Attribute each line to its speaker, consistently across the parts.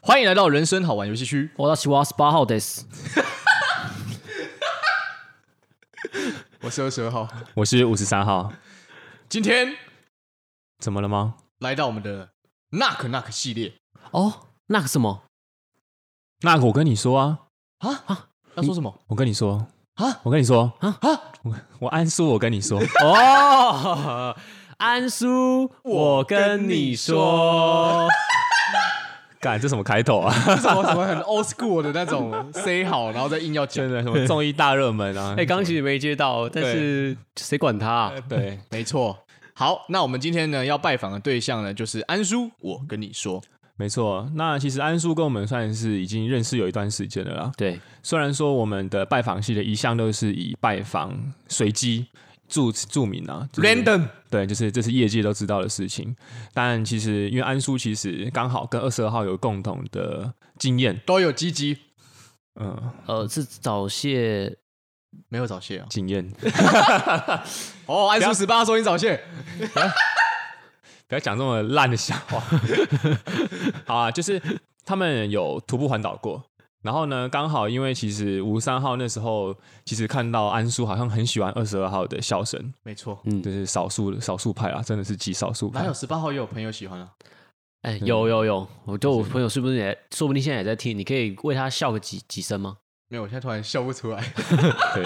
Speaker 1: 欢迎来到人生好玩游戏区。
Speaker 2: 我到七八十八号 days，
Speaker 1: 我是二十二号，
Speaker 3: 我是五十三号，
Speaker 1: 今天
Speaker 3: 怎么了吗？
Speaker 1: 来到我们的 Knock Knock 系列
Speaker 2: 哦，那个什么，
Speaker 3: 那我跟你说啊，
Speaker 1: 啊啊！要说什么
Speaker 3: 我跟你说
Speaker 1: 啊？
Speaker 3: 我跟你说
Speaker 2: 啊
Speaker 3: 啊！我我安叔，我跟你说，
Speaker 2: 哦， 安叔，我跟你说，
Speaker 3: 干这什么开头啊？
Speaker 1: 什么什么很 old school 的那种 say 好，然后再硬要讲
Speaker 3: 真，的什么综艺大热门啊？
Speaker 2: 哎，刚其实没接到，但是谁管他啊？
Speaker 3: 对，
Speaker 1: 没错。好，那我们今天呢要拜访的对象呢就是安叔。我跟你说，
Speaker 3: 没错。那其实安叔跟我们算是已经认识有一段时间了啦。
Speaker 2: 对，
Speaker 3: 虽然说我们的拜访系列一向都是以拜访随机著著名啊就是
Speaker 1: Random
Speaker 3: 对，就是这是业界都知道的事情。但其实因为安叔其实刚好跟二十二号有共同的经验，
Speaker 1: 都有积极，
Speaker 3: 嗯，
Speaker 2: 呃，是早泄，
Speaker 1: 没有早泄啊。
Speaker 3: 经验。
Speaker 1: 哦，安叔十八说你早泄，
Speaker 3: 不要讲这么烂的笑话。 好啊，就是他们有徒步环岛过，然后呢，刚好因为其实吴三号那时候其实看到安叔好像很喜欢二十二号的笑声，
Speaker 1: 没错。
Speaker 2: 嗯
Speaker 3: 就，是少数少数派啊，真的是极少数
Speaker 1: 哪
Speaker 3: 派
Speaker 1: 有。十八号也有朋友喜欢啊？
Speaker 2: 哎，有有有，我就我朋友是不是也，说不定现在也在听，你可以为他笑个几几声吗？
Speaker 1: 没有，我现在突然笑不出来。
Speaker 3: 对，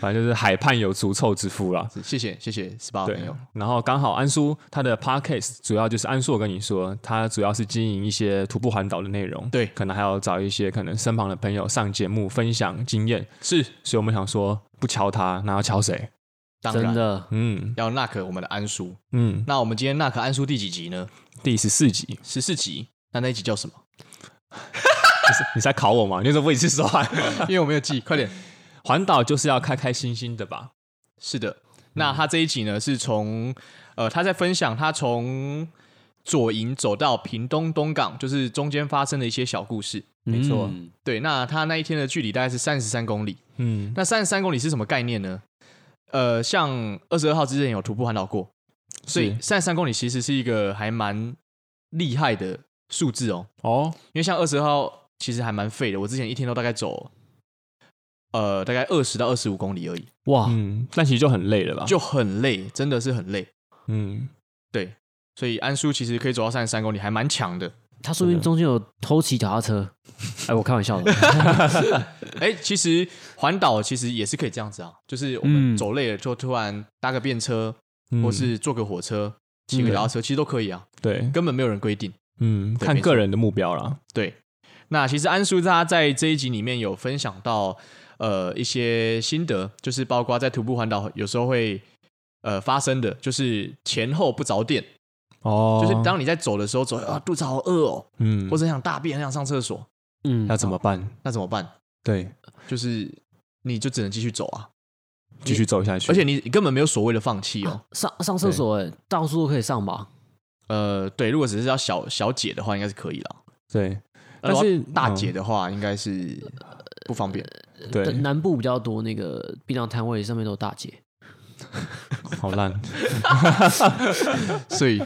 Speaker 3: 反正就是海畔有足臭之夫啦。
Speaker 1: 谢谢谢谢十八号
Speaker 3: 对
Speaker 1: 朋友，，
Speaker 3: 然后刚好安叔他的 podcast 主要就是安叔，我跟你说，他主要是经营一些徒步环岛的内容，
Speaker 1: 对
Speaker 3: 可能还要找一些可能身旁的朋友上节目分享经验，是，所以我们想说不敲他，那要敲谁？
Speaker 1: 当
Speaker 2: 真
Speaker 1: 然
Speaker 2: 的，
Speaker 3: 嗯
Speaker 1: 要 knock 我们的安叔。
Speaker 3: 嗯，
Speaker 1: 那我们今天 knock 安叔第几集呢？
Speaker 3: 第十四集，
Speaker 1: 十四集。那那一集叫什么？
Speaker 3: 你是你是在考我吗？你为什么不一次说完？
Speaker 1: 因为我没有记，快点。
Speaker 3: 环岛就是要开开心心的吧？
Speaker 1: 是的，那他这一集呢是从呃他在分享他从左营走到屏东东港，就是中间发生的一些小故事。
Speaker 2: 没
Speaker 3: 错
Speaker 1: 对，那他那一天的距离大概是三十三公里。
Speaker 3: 嗯，
Speaker 1: 那三十三公里是什么概念呢？呃，像二十二号之前有徒步环岛过，所以
Speaker 3: 是
Speaker 1: 三十三公里其实是一个还蛮厉害的数字哦。
Speaker 3: 哦，
Speaker 1: 因为像二十号其实还蛮废的，我之前一天都大概走，呃，大概二十到二十五公里而已，
Speaker 2: 哇，
Speaker 3: 嗯，但其实就很累了吧？
Speaker 1: 就很累，真的是很累。
Speaker 3: 嗯，
Speaker 1: 对，所以安叔其实可以走到三十三公里，还蛮强的。
Speaker 2: 他说不定中间有偷骑脚踏车， 哎，我开玩笑的，
Speaker 1: 哎、其实环岛其实也是可以这样子啊，就是我们
Speaker 2: 嗯
Speaker 1: 走累了就突然搭个便车，
Speaker 3: 嗯
Speaker 1: 或是坐个火车、骑个脚踏车，其实都可以啊，
Speaker 3: 对，
Speaker 1: 根本没有人规定。
Speaker 3: 嗯，
Speaker 1: 对
Speaker 3: 看
Speaker 1: 没错
Speaker 3: 个人的目标啦。
Speaker 1: 对，那其实安叔他在这一集里面有分享到呃一些心得，就是包括在徒步环岛有时候会呃发生的，就是前后不着店，
Speaker 3: 哦，
Speaker 1: 就是当你在走的时候走啊肚子好饿哦，
Speaker 3: 嗯
Speaker 1: 或，者很想大便很想上厕所，
Speaker 2: 嗯
Speaker 3: 要，怎么办？
Speaker 1: 那怎么办？
Speaker 3: 对，
Speaker 1: 就是你就只能继续走啊，
Speaker 3: 继续走下去。
Speaker 1: 而且你你根本没有所谓的放弃哦
Speaker 2: 啊。上上厕所，哎，到处都可以上吧？
Speaker 1: 呃，对，如果只是要小小解的话，应该是可以了。
Speaker 3: 对，
Speaker 1: 但
Speaker 3: 但是
Speaker 1: 是大姐的话，应该是不方便。
Speaker 3: 嗯
Speaker 2: 对，
Speaker 3: 对，
Speaker 2: 南部比较多那个槟榔摊位上面都有大姐，
Speaker 3: 好 烂，
Speaker 1: 所以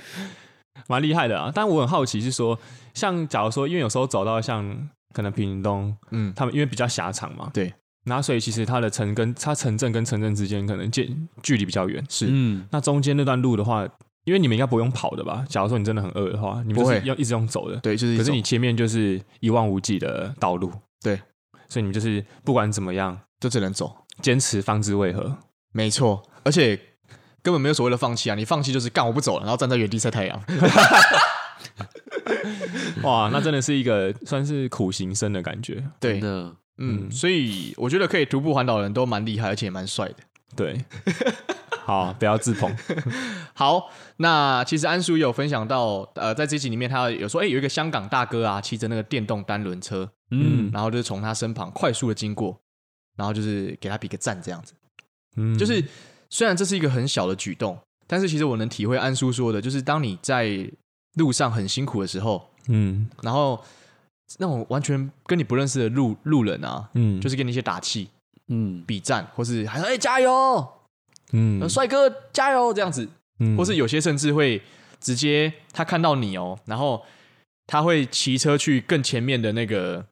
Speaker 3: 蛮厉害的啊。但我很好奇是说，像假如说，因为有时候走到像可能屏东，
Speaker 1: 嗯，
Speaker 3: 他们因为比较狭长嘛，
Speaker 1: 对，
Speaker 3: 然后所以其实它的城跟它城镇跟城镇之间可能距距离比较远，
Speaker 1: 是
Speaker 2: 嗯，
Speaker 3: 那中间那段路的话，因为你们应该不用跑的吧？假如说你真的很饿的话，你们就
Speaker 1: 不
Speaker 3: 是
Speaker 1: 会
Speaker 3: 要一直用走的。
Speaker 1: 对，就是
Speaker 3: 可
Speaker 1: 一
Speaker 3: 是
Speaker 1: 种
Speaker 3: 你前面就是一望无际的道路，
Speaker 1: 对，
Speaker 3: 所以你们就是不管怎么样，
Speaker 1: 就只能走，
Speaker 3: 坚持方知为何。
Speaker 1: 没错。而且根本没有所谓的放弃啊，你放弃就是干我不走了，然后站在原地晒太阳。嗯
Speaker 3: 哇，那真的是一个算是苦行僧的感觉。
Speaker 1: 对
Speaker 2: 真，的，
Speaker 1: 嗯，所以我觉得可以徒步环岛的人都蛮厉害，而且也蛮帅的。
Speaker 3: 对， 好，不要自捧。
Speaker 1: 好，那其实安叔有分享到，呃，在这集里面他有说，哎、有一个香港大哥啊，骑着那个电动单轮车，
Speaker 2: 嗯，
Speaker 1: 然后就是从他身旁快速的经过，然后就是给他比个赞这样子。
Speaker 3: 嗯，
Speaker 1: 就是虽然这是一个很小的举动，但是其实我能体会安叔说的，就是当你在路上很辛苦的时候，
Speaker 3: 嗯
Speaker 1: 然后那种完全跟你不认识的路路人啊，
Speaker 3: 嗯，
Speaker 1: 就是是给你一些打气、
Speaker 2: 嗯，
Speaker 1: 比赞，或是还说哎、加油，
Speaker 3: 嗯
Speaker 1: 呃，帅哥加油这样子，
Speaker 3: 嗯
Speaker 1: 或是有些甚至会直接他看到你哦，然后他会骑车去更前面的那个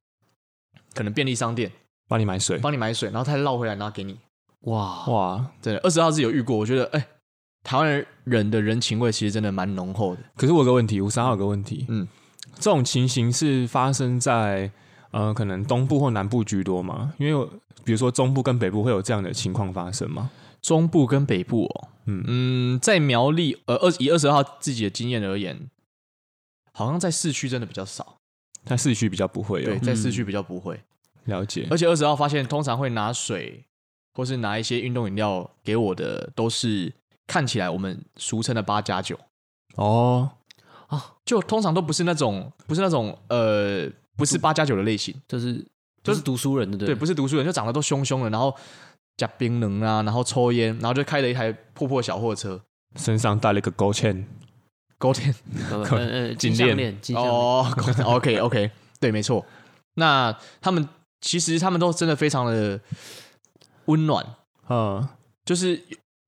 Speaker 1: 可能便利商店
Speaker 3: 帮你买水。
Speaker 1: 帮你买水，然后他绕回来拿给你。
Speaker 2: 哇，
Speaker 3: 哇！
Speaker 1: 真的，二十号是有遇过，我觉得哎、台湾人的人情味其实真的蛮浓厚的。
Speaker 3: 可是我有个问题，五三号有个问题，
Speaker 1: 嗯
Speaker 3: 嗯，这种情形是发生在呃可能东部或南部居多吗？因为我比如说中部跟北部会有这样的情况发生吗？
Speaker 1: 中部跟北部哦，
Speaker 3: 嗯
Speaker 1: 嗯，在苗栗，呃，二以二十号自己的经验而言，好像在市区真的比较少，
Speaker 3: 在市区比较不会有
Speaker 1: 对，在市区比较不会。
Speaker 3: 了解
Speaker 1: 而且二十号发现，通常会拿水或是拿一些运动饮料给我的，都是看起来我们俗称的八加九，
Speaker 3: 哦。
Speaker 1: 就通常都不是那种不是那种呃不是八加九的类型，
Speaker 2: 这是这是读书人的对
Speaker 1: 对，
Speaker 2: 不
Speaker 1: 不是读书人，就长得都凶凶的，然后加槟榔啊，然后抽烟，然后就开了一台破破小货车，
Speaker 3: 身上带了一个勾芡，
Speaker 1: 勾天
Speaker 2: 对？呃呃，
Speaker 3: 颈
Speaker 2: 金项
Speaker 3: 链
Speaker 2: 链，金项链。
Speaker 1: 哦，OK OK，对，没错。那他们其实他们都真的非常的温暖，
Speaker 3: 嗯，
Speaker 1: 就是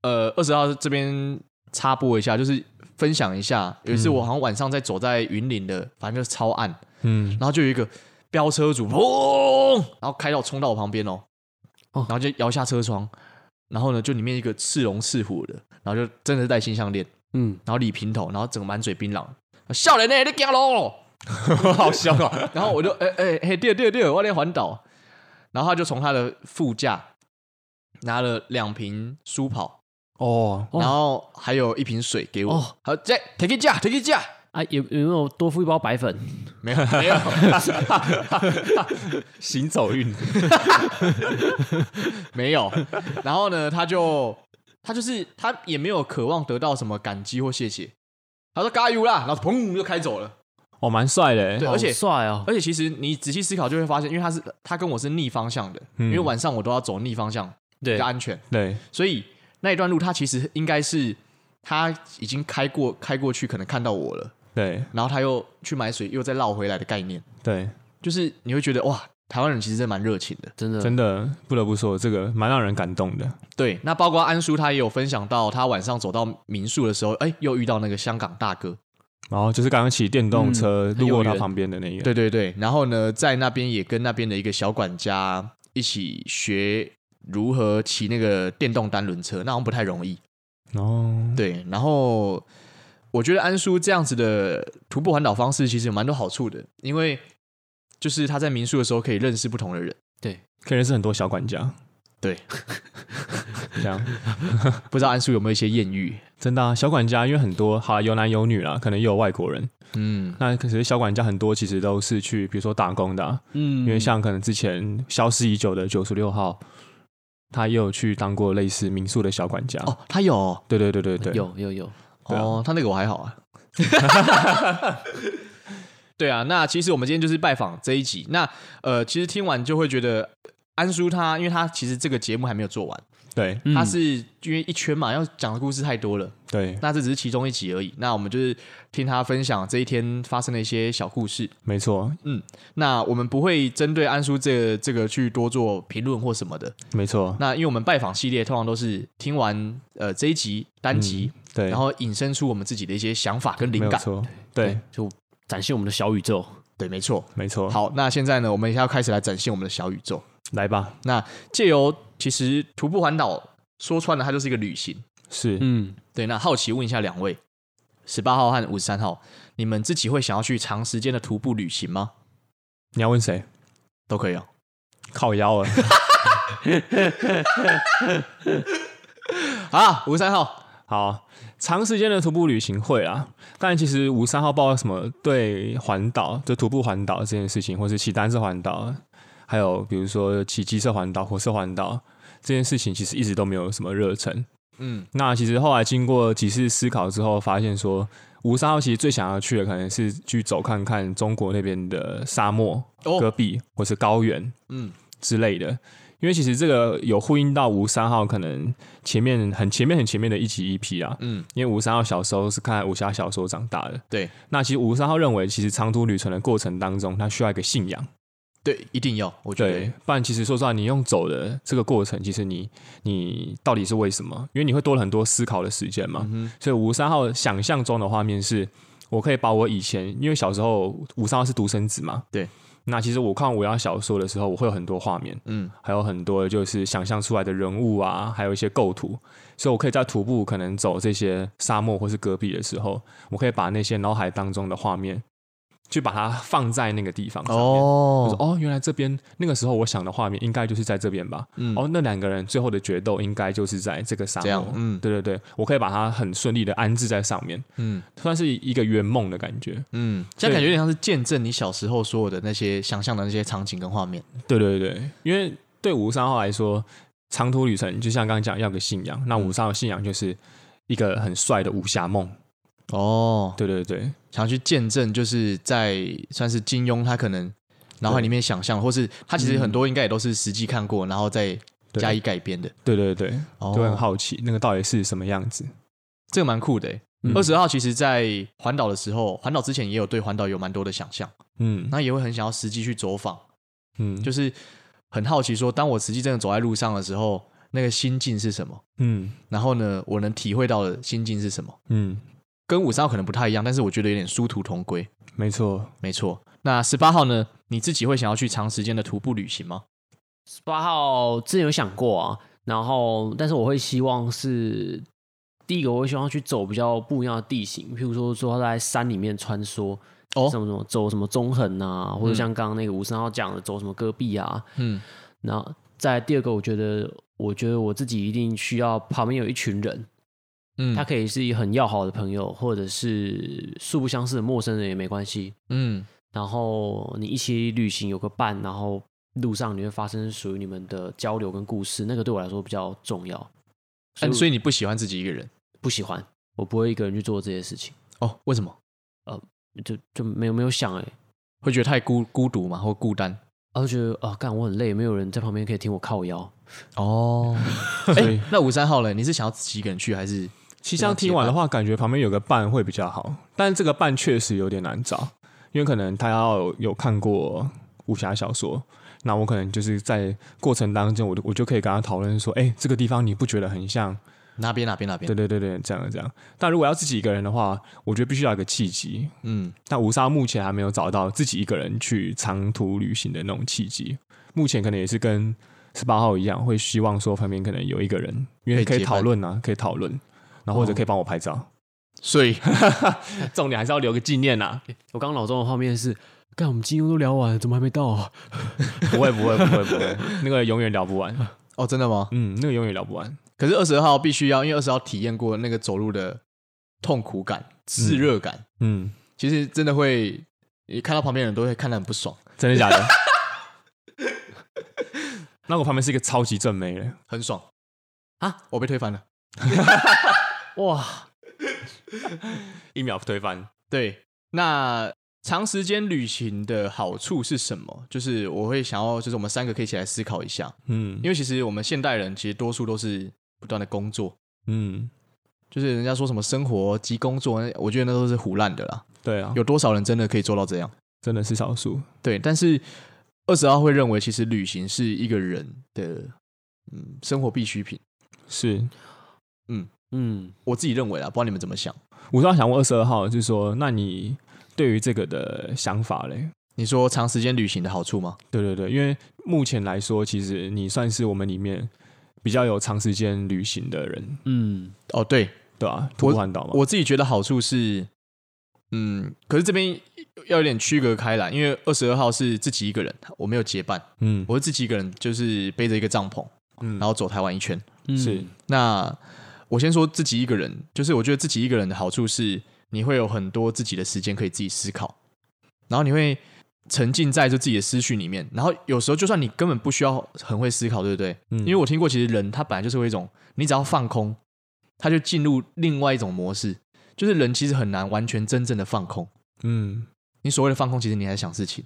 Speaker 1: 呃，二十号这边插播一下，就是分享一下，有一次我好像晚上在走在云林的，反正就是超暗，
Speaker 3: 嗯，
Speaker 1: 然后就有一个飙车主，砰，然后开到冲到我旁边哦，
Speaker 2: 哦
Speaker 1: 然后就摇下车窗，然后呢，就里面一个赤龙赤虎的，然后就真的是戴金项链，
Speaker 2: 嗯，
Speaker 1: 然后理平头，然后整个满嘴槟榔，笑人呢，你惊咯。
Speaker 3: 好笑啊！
Speaker 1: 然后我就哎哎嘿，对对对，我在环岛。然后他就从他的副驾拿了两瓶舒跑，
Speaker 3: 哦，
Speaker 2: 哦
Speaker 1: 然后还有一瓶水给我
Speaker 2: 哦。
Speaker 1: 好，这 take it 架，take it 架，
Speaker 2: 啊，有有没有多付一包白粉？
Speaker 1: 没 有没有，
Speaker 3: 行走运，
Speaker 1: 没有。然后呢，他就他就是他也没有渴望得到什么感激或谢谢。他说加油啦，然后砰就开走了。
Speaker 3: 哦，蛮帅的，
Speaker 1: 对，
Speaker 2: 好
Speaker 1: 而且
Speaker 2: 帅哦，
Speaker 1: 而且其实你仔细思考就会发现，因为他是他跟我是逆方向的，因为
Speaker 3: 嗯
Speaker 1: 晚上我都要走逆方向比
Speaker 2: 对
Speaker 1: 较安全。
Speaker 3: 对，
Speaker 1: 所以那一段路，他其实应该是他已经开过开过去，可能看到我了，
Speaker 3: 对，
Speaker 1: 然后他又去买水，又再绕回来的概念，
Speaker 3: 对，
Speaker 1: 就是你会觉得哇，台湾人其实真蛮热情的。
Speaker 2: 真的
Speaker 3: 真的不得不说，这个蛮让人感动的。
Speaker 1: 对，那包括安叔他也有分享到，他晚上走到民宿的时候，哎，又遇到那个香港大哥，
Speaker 3: 然后就是刚刚骑电动车
Speaker 2: 很
Speaker 3: 路
Speaker 2: 有
Speaker 3: 过他
Speaker 2: 缘
Speaker 3: 旁边的那个，
Speaker 1: 对对对，然后呢，在那边也跟那边的一个小管家一起学如何骑那个电动单轮车，那好像不太容易。
Speaker 3: 哦，
Speaker 1: 对，然后我觉得安叔这样子的徒步环岛方式其实有蛮多好处的，因为就是他在民宿的时候可以认识不同的人，
Speaker 3: 可以认识很多小管家。
Speaker 1: 对，
Speaker 3: 这样
Speaker 1: 不知道安叔有没有一些艳遇？
Speaker 3: 真的啊，小管家因为很多，好啦有男有女啦，可能也有外国人。
Speaker 1: 嗯，
Speaker 3: 那可是小管家很多其实都是去，比如说打工的、啊，
Speaker 2: 嗯
Speaker 3: 因为像可能之前消失已久的九十六号，他也有去当过类似民宿的小管家。
Speaker 1: 哦，他有哦，
Speaker 3: 对对对对对，
Speaker 2: 有有有，
Speaker 3: 对啊
Speaker 1: 哦他那个我还好啊。 对啊，那其实我们今天就是拜访这一集。那呃，其实听完就会觉得安叔他，因为他其实这个节目还没有做完，
Speaker 3: 对
Speaker 1: 他
Speaker 2: 嗯
Speaker 1: 是因为一圈嘛，要讲的故事太多了，
Speaker 3: 对，
Speaker 1: 那这只是其中一集而已。那我们就是听他分享这一天发生的一些小故事。
Speaker 3: 没错
Speaker 1: 那我们不会针对安叔这个、这个去多做评论或什么的。
Speaker 3: 没错，
Speaker 1: 那因为我们拜访系列通常都是听完呃这一集单集，
Speaker 3: 嗯对，
Speaker 1: 然后引申出我们自己的一些想法跟灵
Speaker 3: 没有
Speaker 1: 感。
Speaker 3: 错，对，
Speaker 2: 就展现我们的小宇宙。
Speaker 1: 对，没错。
Speaker 3: 没错，，
Speaker 1: 好，那现在呢，我们要开始来展现我们的小宇宙。
Speaker 3: 来吧，
Speaker 1: 那借由其实徒步环岛说穿了，它就是一个旅行。
Speaker 3: 是，
Speaker 2: 嗯，
Speaker 1: 对，那好奇问一下两位，十八号和五十三号，你们自己会想要去长时间的徒步旅行吗？
Speaker 3: 你要问谁？
Speaker 1: 都可以哦。
Speaker 3: 靠腰啊，
Speaker 1: 好啦，五十三号，
Speaker 3: 好，长时间的徒步旅行会啊，但其实吴三号不知道什么对环岛，就徒步环岛这件事情，或是骑单车环岛，还有比如说骑机车环岛、火车环岛这件事情，其实一直都没有什么热忱。
Speaker 1: 嗯，
Speaker 3: 那其实后来经过几次思考之后，发现说吴三号其实最想要去的可能是去走看看中国那边的沙漠、
Speaker 1: 哦
Speaker 3: 戈壁或是高原，
Speaker 1: 嗯
Speaker 3: 嗯之类的。因为其实这个有呼应到吴三号可能前面很前面很前面的一集 EP 啊，
Speaker 1: 嗯
Speaker 3: 嗯，因为吴三号小时候是看武侠小说长大的。
Speaker 1: 对
Speaker 3: 那其实吴三号认为，其实长途旅程的过程当中，他需要一个信仰。
Speaker 1: 对，一定要，我觉得
Speaker 3: 对，不然其实说实话，你用走的这个过程，其实你你到底
Speaker 1: 嗯
Speaker 3: 是为什么？因为你会多了很多思考的时间嘛。所以五三号想象中的画面是，我可以把我以前，因为小时候五三二是独生子嘛，
Speaker 1: 对。
Speaker 3: 那其实我看武侠小说的时候，我会有很多画面，
Speaker 1: 嗯，
Speaker 3: 还有很多就是想象出来的人物啊，还有一些构图，所以我可以在徒步可能走这些沙漠或是戈壁的时候，我可以把那些脑海当中的画面，去把它放在那个地方上面。我说
Speaker 1: 哦，
Speaker 3: 哦，原来这边那个时候我想的画面应该就是在这边吧。
Speaker 1: 嗯
Speaker 3: 哦，那两个人最后的决斗应该就是在这个沙
Speaker 1: 这样
Speaker 3: 漠。
Speaker 1: 嗯
Speaker 3: 对对对，我可以把它很顺利的安置在上面，
Speaker 1: 嗯
Speaker 3: 算是一个圆梦的感觉。
Speaker 1: 嗯，这样感觉有点像是见证你小时候所有的那些想象的那些场景跟画面。
Speaker 3: 对对对，因为对五三号来说，长途旅程就像刚刚讲要有个信仰，
Speaker 1: 嗯
Speaker 3: 那五三号信仰就是一个很帅的武侠梦。
Speaker 1: 哦，
Speaker 3: 对对对
Speaker 1: 想要去见证，就是在算是金庸他可能脑海里面想象，或是他其实很多应该也都是实际看过，然后再
Speaker 3: 对
Speaker 1: 加以改编的。
Speaker 3: 对对对，
Speaker 1: 哦
Speaker 3: 就会很好奇那个到底是什么样子。
Speaker 1: 这个蛮酷的欸。
Speaker 3: 嗯
Speaker 1: 二十号其实，在环岛的时候，环岛之前也有对环岛有蛮多的想象，
Speaker 3: 嗯
Speaker 1: 那也会很想要实际去走访，
Speaker 3: 嗯，就
Speaker 1: 就是很好奇说，当我实际真的走在路上的时候，那个心境是什么？
Speaker 3: 嗯
Speaker 1: 然后呢，我能体会到的心境是什么？
Speaker 3: 嗯，
Speaker 1: 跟五十号可能不太一样，但是我觉得有点殊途同归。
Speaker 3: 没错。
Speaker 1: 没错，那十八号呢？你自己会想要去长时间的徒步旅行吗？
Speaker 2: 十八号之前有想过啊，然后但是我会希望是第一个，我会希望去走比较不一样的地形，譬如说说在山里面穿梭，
Speaker 1: 哦
Speaker 2: 什么什么走什么中横啊，或者像刚刚那个吴三号讲的走什么戈壁啊。
Speaker 1: 嗯，
Speaker 2: 然后再来第二个，我觉得我觉得我自己一定需要旁边有一群人，
Speaker 1: 嗯
Speaker 2: 他可以是一个很要好的朋友，或者是素不相识的陌生人也没关系。
Speaker 1: 嗯，
Speaker 2: 然后你一起旅行有个伴，然后路上你会发生属于你们的交流跟故事，那个对我来说比较重要。
Speaker 1: 哎，所
Speaker 2: 以
Speaker 1: 以你不喜欢自己一个人
Speaker 2: 我不喜欢，我不会一个人去做这些事情，
Speaker 1: 哦？为什么？
Speaker 2: 就就没有没有想哎、欸，
Speaker 1: 会觉得太孤孤独嘛，或孤单？
Speaker 2: 然后觉得啊，干我很累，没有人在旁边可以听我靠腰。
Speaker 1: 哦，哎
Speaker 3: 对，
Speaker 1: 那五三号嘞？你是想要自己一个人去，还是
Speaker 3: 其实这样听完的话，感觉旁边有个伴会比较好，但这个伴确实有点难找，因为可能他要有有看过武侠小说，那我可能就是在过程当中，我就我就可以跟他讨论说，哎、这个地方你不觉得很像
Speaker 1: 哪边哪边哪
Speaker 3: 对
Speaker 1: 边？
Speaker 3: 对对对，这样这样。但如果要自己一个人的话，我觉得必须要有一个契机。
Speaker 1: 嗯，
Speaker 3: 但吴莎目前还没有找到自己一个人去长途旅行的那种契机。目前可能也是跟十八号一样，会希望说旁边可能有一个人，因为
Speaker 1: 可
Speaker 3: 可
Speaker 1: 以
Speaker 3: 以哦
Speaker 1: 结伴
Speaker 3: 讨论啊，可以讨论，然后或者可以帮我拍照。
Speaker 1: 所以
Speaker 3: 重点还是要留个纪念啊！
Speaker 2: 我刚刚脑中的画面是，干我们金庸都聊完了，怎么还没到啊？
Speaker 3: 不会不会不会不会，那个永远聊不完。
Speaker 1: 哦，真的吗？
Speaker 3: 嗯，那个永远聊不完。
Speaker 1: 可是二十号必须要，因为二十号体验过那个走路的痛苦感、炙热感，
Speaker 3: 嗯，
Speaker 1: 其实真的会，你看到旁边的人都会看得很不爽，
Speaker 3: 真的假 的？那我旁边是一个超级正妹嘞，
Speaker 1: 很爽
Speaker 2: 啊！
Speaker 1: 我被推翻了。
Speaker 2: 哇，
Speaker 3: 一秒推翻。
Speaker 1: 对，那长时间旅行的好处是什么？就是我会想要，就是我们三个可以一起来思考一下，
Speaker 3: 嗯
Speaker 1: 因为其实我们现代人其实多数都是不断的工作，
Speaker 3: 嗯，
Speaker 1: 就是人家说什么生活及工作，我觉得那都是胡乱的啦。
Speaker 3: 对啊，
Speaker 1: 有多少人真的可以做到这样？
Speaker 3: 真的是少数。
Speaker 1: 对，但是二十二会认为，其实旅行是一个人的嗯生活必需品。
Speaker 3: 是，
Speaker 2: 嗯，
Speaker 1: 我自己认为啊，不知道你们怎么想。
Speaker 3: 我刚想问二十二号，就是说，那你对于这个的想法嘞？
Speaker 1: 你说长时间旅行的好处吗？
Speaker 3: 对对对，因为目前来说，其实你算是我们里面比较有长时间旅行的人，
Speaker 2: 嗯，
Speaker 1: 哦，对，
Speaker 3: 对吧、徒步环岛嘛，
Speaker 1: 我自己觉得好处是，嗯，可是这边要有点区隔开来，因为二十二号是自己一个人，我没有结伴，
Speaker 3: 嗯
Speaker 1: 我是自己一个人，就是背着一个帐篷，
Speaker 3: 嗯，
Speaker 1: 然后走台湾一圈。
Speaker 2: 嗯
Speaker 3: 是
Speaker 1: 那我先说自己一个人，就是我觉得自己一个人的好处是，你会有很多自己的时间可以自己思考，然后你会沉浸在就自己的思绪里面，然后有时候就算你根本不需要很会思考，对不对？
Speaker 3: 嗯
Speaker 1: 因为我听过，其实人他本来就是会有一种，你只要放空，他就进入另外一种模式，就是人其实很难完全真正的放空。
Speaker 3: 嗯
Speaker 1: 你所谓的放空，其实你还在想事情。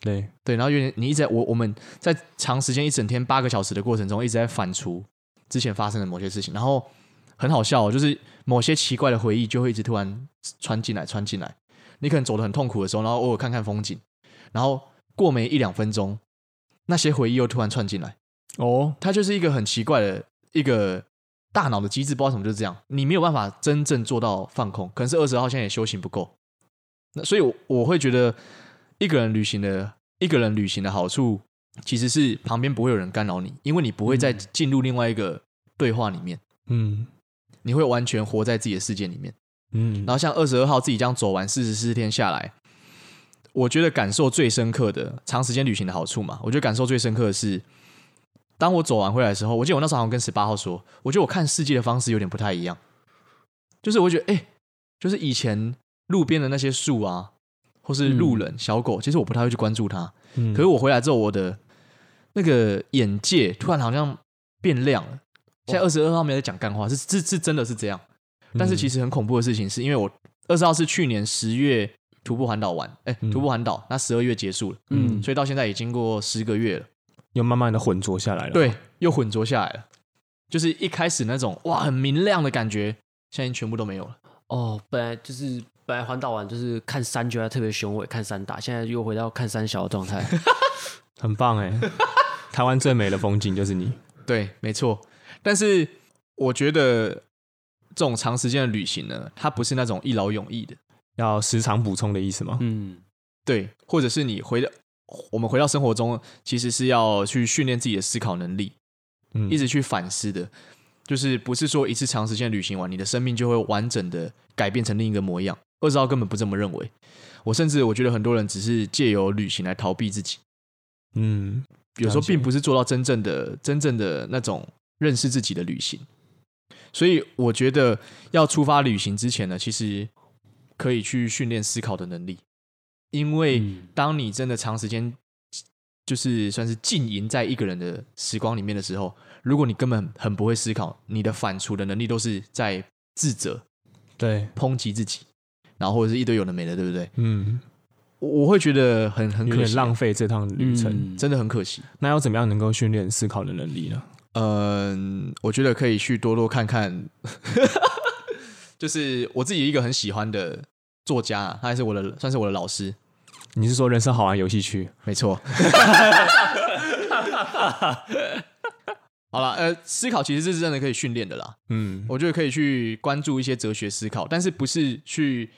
Speaker 3: 对，
Speaker 1: 对，然后有点你一直在我我们在长时间一整天八个小时的过程中，一直在反刍之前发生的某些事情，然后很好笑、哦，就是某些奇怪的回忆就会一直突然穿进来，穿进来。你可能走得很痛苦的时候，然后偶尔看看风景，然后过没一两分钟，那些回忆又突然窜进来。
Speaker 3: 哦，
Speaker 1: 它就是一个很奇怪的一个大脑的机制，不知道为什么就是这样，你没有办法真正做到放空，可能是二十号现在也修行不够，那所以我，我会觉得一个人旅行的一个人旅行的好处，其实是旁边不会有人干扰你，因为你不会再进入另外一个对话里面，
Speaker 3: 嗯
Speaker 1: 你会完全活在自己的世界里面。
Speaker 3: 嗯，
Speaker 1: 然后像二十二号自己这样走完四十四天下来，我觉得感受最深刻的长时间旅行的好处嘛，我觉得感受最深刻的是，当我走完回来的时候，我记得我那时候好像跟十八号说，我觉得我看世界的方式有点不太一样，就是我会觉得哎、就是以前路边的那些树啊，或是路人、小狗，其实我不太会去关注它，
Speaker 3: 嗯
Speaker 1: 可是我回来之后，我的那个眼界突然好像变亮了。现在二十二号没有在讲干话，是是是真的是这样。但
Speaker 3: 嗯
Speaker 1: 是其实很恐怖的事情，是因为我二十号是去年十月徒步环岛完，哎、
Speaker 3: 嗯
Speaker 1: 徒步环岛，那十二月结束了，
Speaker 2: 嗯
Speaker 1: 所以到现在也经过十个月了，
Speaker 3: 又慢慢的浑浊下来了。，
Speaker 1: 对，又混浊下来了。就是一开始那种哇很明亮的感觉，现在全部都没有了。
Speaker 2: 哦，本来就是本来环岛完就是看山觉得特别雄伟，看山大，现在又回到看山小的状态。
Speaker 3: 很 棒哎，台湾最美的风景就是你。
Speaker 1: 对，没错。但是我觉得这种长时间的旅行呢，它不是那种一劳永逸的。
Speaker 3: 要时常补充的意思吗？
Speaker 2: 嗯，
Speaker 1: 对，或者是你回到我们回到生活中，其实是要去训练自己的思考能力，
Speaker 3: 嗯
Speaker 1: 一直去反思的，就是不是说一次长时间旅行完，你的生命就会完整的改变成另一个模样。二十号根本不这么认为，我甚至我觉得很多人只是借由旅行来逃避自己，
Speaker 3: 嗯，
Speaker 1: 有时候
Speaker 3: 了解
Speaker 1: 并不是做到真正的、真正的那种认识自己的旅行。所以我觉得要出发旅行之前呢，其实可以去训练思考的能力，因为
Speaker 2: 嗯
Speaker 1: 当你真的长时间就是算是浸淫在一个人的时光里面的时候，如果你根本很不会思考，你的反刍的能力都是在自责、
Speaker 3: 对，
Speaker 1: 抨击自己，然后或者是一堆有的没的，对不对？
Speaker 3: 嗯，
Speaker 1: 我我会觉得很很
Speaker 3: 有
Speaker 1: 可
Speaker 3: 点
Speaker 1: 惜，欸
Speaker 3: 浪费这趟旅程。
Speaker 2: 嗯
Speaker 1: 真的很可惜。
Speaker 3: 那要怎么样能够训练思考的能力呢？
Speaker 1: 嗯，我觉得可以去多多看看， 就是我自己一个很喜欢的作家啊、他也是我的算是我的老师，
Speaker 3: 你是说人生好玩游戏区？
Speaker 1: 没错。好了，呃，思考其实是真的可以训练的啦。
Speaker 3: 嗯，
Speaker 1: 我觉得可以去关注一些哲学思考，但是不是去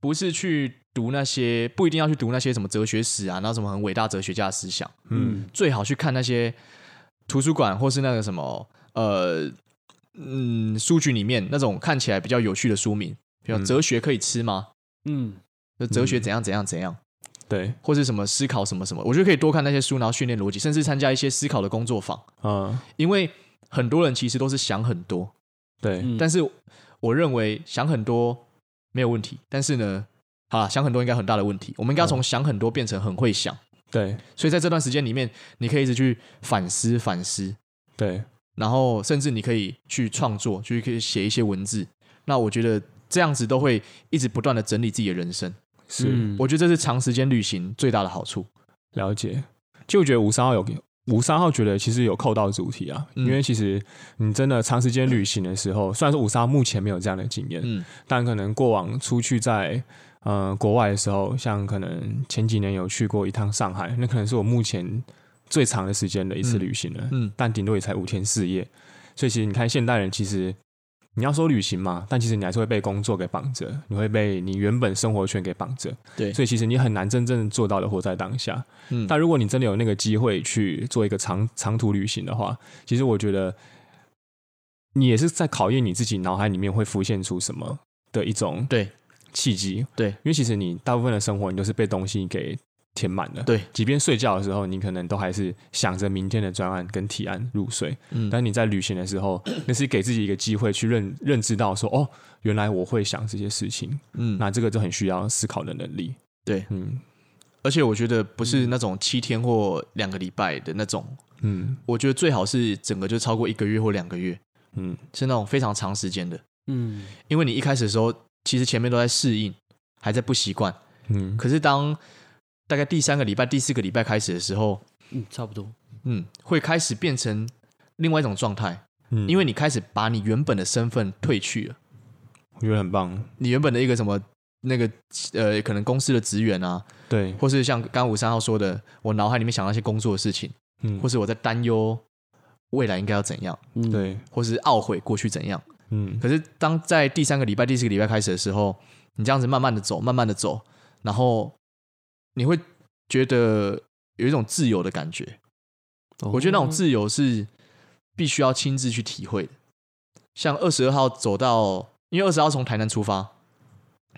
Speaker 1: 不是去读那些不一定要去读那些什么哲学史啊，然后什么很伟大哲学家的思想，
Speaker 3: 嗯
Speaker 1: 最好去看那些图书馆或是那个什么呃嗯书局里面那种看起来比较有趣的书名，比如
Speaker 3: 嗯
Speaker 1: 哲学可以吃吗？
Speaker 2: 嗯，
Speaker 1: 就哲学怎样怎样怎样。
Speaker 3: 对，
Speaker 1: 或是什么思考什么什么，我觉得可以多看那些书，然后训练逻辑，甚至参加一些思考的工作坊。
Speaker 3: 嗯，
Speaker 1: 因为很多人其实都是想很多，
Speaker 3: 对，
Speaker 2: 嗯
Speaker 1: 但是我认为想很多没有问题，但是呢，好啦，想很多应该很大的问题，我们应该要从
Speaker 2: 嗯
Speaker 1: 想很多变成很会想。
Speaker 3: 对，
Speaker 1: 所以在这段时间里面，你可以一直去反思反思，
Speaker 3: 对，
Speaker 1: 然后甚至你可以去创作，去可以写一些文字。那我觉得这样子都会一直不断的整理自己的人生，
Speaker 3: 是、
Speaker 2: 嗯
Speaker 1: 我觉得这是长时间旅行最大的好处。
Speaker 3: 了解。其实我觉得五三号有五三号觉得其实有扣到主题啊，
Speaker 1: 嗯
Speaker 3: 因为其实你真的长时间旅行的时候，虽然说五三号目前没有这样的经验，
Speaker 1: 嗯
Speaker 3: 但可能过往出去在呃国外的时候，像可能前几年有去过一趟上海，那可能是我目前最长的时间的一次
Speaker 1: 嗯
Speaker 3: 旅行了，
Speaker 1: 嗯，
Speaker 3: 但顶多也才五天四夜。所以其实你看，现代人其实你要说旅行嘛，但其实你还是会被工作给绑着，你会被你原本生活圈给绑着，
Speaker 1: 对
Speaker 3: 所以其实你很难真正做到的活在当下。
Speaker 1: 嗯
Speaker 3: 但如果你真的有那个机会去做一个长长途旅行的话，其实我觉得你也是在考验你自己脑海里面会浮现出什么的一种
Speaker 1: 对
Speaker 3: 契机。
Speaker 1: 对
Speaker 3: 因为其实你大部分的生活，你都是被东西给填满的。
Speaker 1: 对，
Speaker 3: 即便睡觉的时候，你可能都还是想着明天的专案跟提案入睡。
Speaker 1: 嗯
Speaker 3: 但你在旅行的 时候，那是给自己一个机会去认认知到说，哦，原来我会想这些事情。
Speaker 1: 嗯
Speaker 3: 那这个就很需要思考的能力。
Speaker 1: 对，
Speaker 3: 嗯
Speaker 1: 而且我觉得不是那种七天或两个礼拜的那种，
Speaker 3: 嗯
Speaker 1: 我觉得最好是整个就超过一个月或两个月，
Speaker 3: 嗯，
Speaker 1: 是那种非常长时间的。
Speaker 2: 嗯，
Speaker 1: 因为你一开始的时候，其实前面都在适应，还在不习惯。
Speaker 3: 嗯，
Speaker 1: 可是当大概第三个礼拜、第四个礼拜开始的时候，
Speaker 2: 嗯，差不多。
Speaker 1: 嗯，会开始变成另外一种状态，
Speaker 3: 嗯
Speaker 1: 因为你开始把你原本的身份褪去了，
Speaker 3: 我觉得很棒。
Speaker 1: 你原本的一个什么那个呃，可能公司的职员啊，
Speaker 3: 对，
Speaker 1: 或是像刚刚五三号说的，我脑海里面想到一些工作的事情。
Speaker 3: 嗯
Speaker 1: 或是我在担忧未来应该要怎样，
Speaker 2: 嗯，
Speaker 3: 对，
Speaker 1: 或是懊悔过去怎样。
Speaker 3: 嗯
Speaker 1: 可是当在第三个礼拜、第四个礼拜开始的时候，你这样子慢慢的走，慢慢的走，然后你会觉得有一种自由的感觉。
Speaker 2: 哦
Speaker 1: 我觉得那
Speaker 3: 嗯
Speaker 1: 种自由是必须要亲自去体会的。像二十二号走到，因为二十号从台南出发，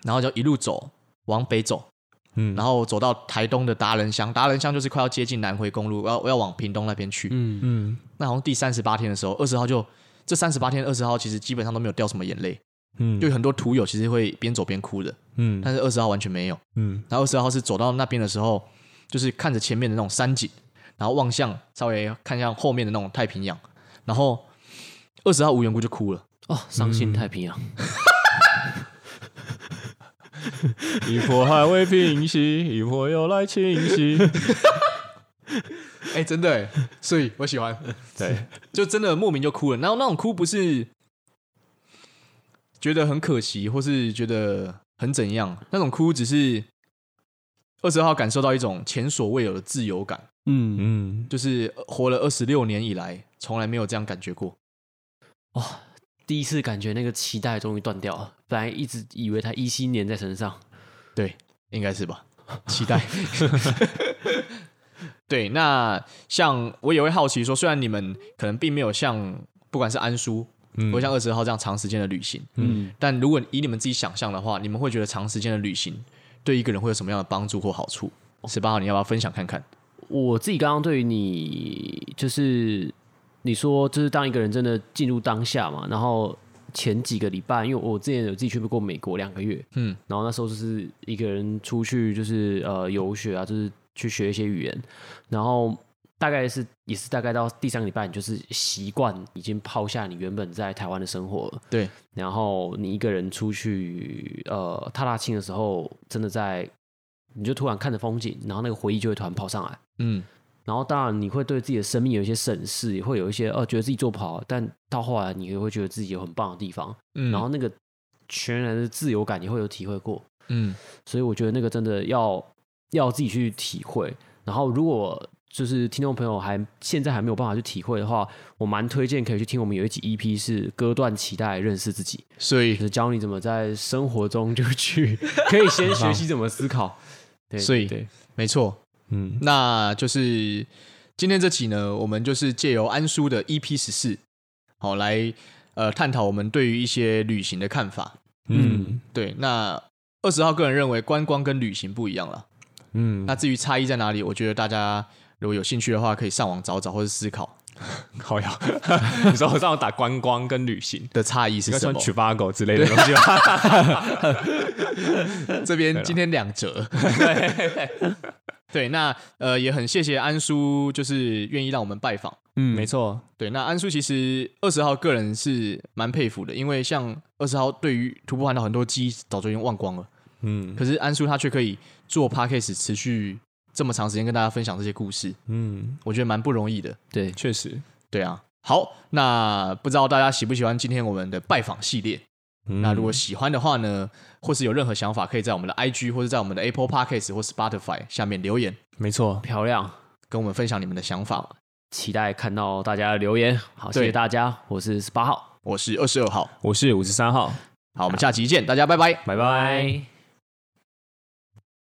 Speaker 1: 然后就一路走往北走，
Speaker 3: 嗯
Speaker 1: 然后走到台东的达人乡，达人乡就是快要接近南回公路，要要往屏东那边去。
Speaker 2: 嗯嗯
Speaker 3: 嗯
Speaker 1: 那好像第三十八天的时候，二十号就这三十八天，二十号其实基本上都没有掉什么眼泪，
Speaker 3: 嗯
Speaker 1: 就有很多徒友其实会边走边哭的，
Speaker 3: 嗯
Speaker 1: 但是二十号完全没有。
Speaker 3: 嗯
Speaker 1: 然后二十号是走到那边的时候，就是看着前面的那种山景，然后望向稍微看向后面的那种太平洋，然后二十号无缘故就哭了。
Speaker 2: 哦，伤心太平洋，
Speaker 3: 一波还未平 息，一波又来侵袭。
Speaker 1: 哎、真的哎，所以我喜欢，
Speaker 3: 对，
Speaker 1: 就真的莫名就哭了。然后那种哭不是觉得很可惜，或是觉得很怎样，那种哭只是二十号感受到一种前所未有的自由感，
Speaker 2: 嗯，
Speaker 3: 嗯，
Speaker 1: 就是活了二十六年以来，从来没有这样感觉过。
Speaker 2: 哦第一次感觉那个期待终于断掉了，本来一直以为他一七年在身上，
Speaker 1: 对，应该是吧？期待。 对，那像我也会好奇说，虽然你们可能并没有像不管是安叔，
Speaker 3: 嗯
Speaker 1: 不会像二十号这样长时间的旅行，
Speaker 2: 嗯，
Speaker 1: 但如果以你们自己想象的话，你们会觉得长时间的旅行对一个人会有什么样的帮助或好处？十八号，你要不要分享看看？
Speaker 2: 我自己刚刚对于你，就是你说，就是当一个人真的进入当下嘛，然后前几个礼拜，因为我之前有自己去过美国两个月，
Speaker 1: 嗯
Speaker 2: 嗯，然后那时候就是一个人出去，就是呃游学啊，就是去学一些语言，然后大概是也是大概到第三个礼拜，你就是习惯已经抛下你原本在台湾的生活了，
Speaker 1: 对，
Speaker 2: 然后你一个人出去呃踏踏青的时候，真的在你就突然看着风景，然后那个回忆就会突然跑上来。
Speaker 1: 嗯，
Speaker 2: 然后当然你会对自己的生命有一些审视，也会有一些呃觉得自己做不好，但到后来你也会觉得自己有很棒的地方，
Speaker 1: 嗯
Speaker 2: 然后那个全然的自由感也会有体会过，
Speaker 1: 嗯
Speaker 2: 所以我觉得那个真的要要自己去体会。然后如果就是听众朋友还现在还没有办法去体会的话，我蛮推荐可以去听我们有一集 EP 是割断脐带认识自己，
Speaker 1: 所
Speaker 2: 就
Speaker 1: 以
Speaker 2: 是教你怎么在生活中就去 可以先学习怎么思考。对，
Speaker 1: 所以
Speaker 2: 对，
Speaker 1: 没错，
Speaker 3: 嗯
Speaker 1: 那就是今天这集呢，我们就是借由安叔的 EP 十四，好来呃探讨我们对于一些旅行的看法。
Speaker 3: 嗯
Speaker 1: 对，那二十号个人认为观光跟旅行不一样了。
Speaker 3: 嗯，
Speaker 1: 那至于差异在哪里，我觉得大家如果有兴趣的话，可以上网找找或者思考
Speaker 3: 好呀。 你说我上网打观光跟旅行，
Speaker 1: 的差异
Speaker 3: 应
Speaker 1: 是
Speaker 3: 该
Speaker 1: 什
Speaker 3: 算
Speaker 1: 么。
Speaker 3: 取发狗之类的东西吧？
Speaker 1: 这边今天两 折。对，那呃也很谢谢安叔，就是愿意让我们拜访。
Speaker 2: 嗯
Speaker 3: 没错，
Speaker 1: 对，那安叔其实二十号个人是蛮佩服的，因为像二十号对于徒步环岛很多记忆早就已经忘光了，
Speaker 3: 嗯
Speaker 1: 可是安叔他却可以做 podcast 持续这么长时间跟大家分享这些故事，
Speaker 3: 嗯，
Speaker 1: 我觉得蛮不容易的。
Speaker 2: 对，
Speaker 3: 确实。
Speaker 1: 对啊，好，那不知道大家喜不喜欢今天我们的拜访系列？那如果喜欢的话呢，或是有任何想法，可以在我们的 IG 或是在我们的 Apple Podcast 或 Spotify 下面留言，
Speaker 3: 没错，
Speaker 2: 漂亮。
Speaker 1: 跟我们分享你们的想法。
Speaker 2: 期待看到大家的留言。好，谢
Speaker 1: 对
Speaker 2: 谢大家，我是十八号，
Speaker 1: 我是二十二号，
Speaker 3: 我是五十三号，
Speaker 1: 好，我们下期见，大家拜拜。
Speaker 3: 拜
Speaker 2: 拜。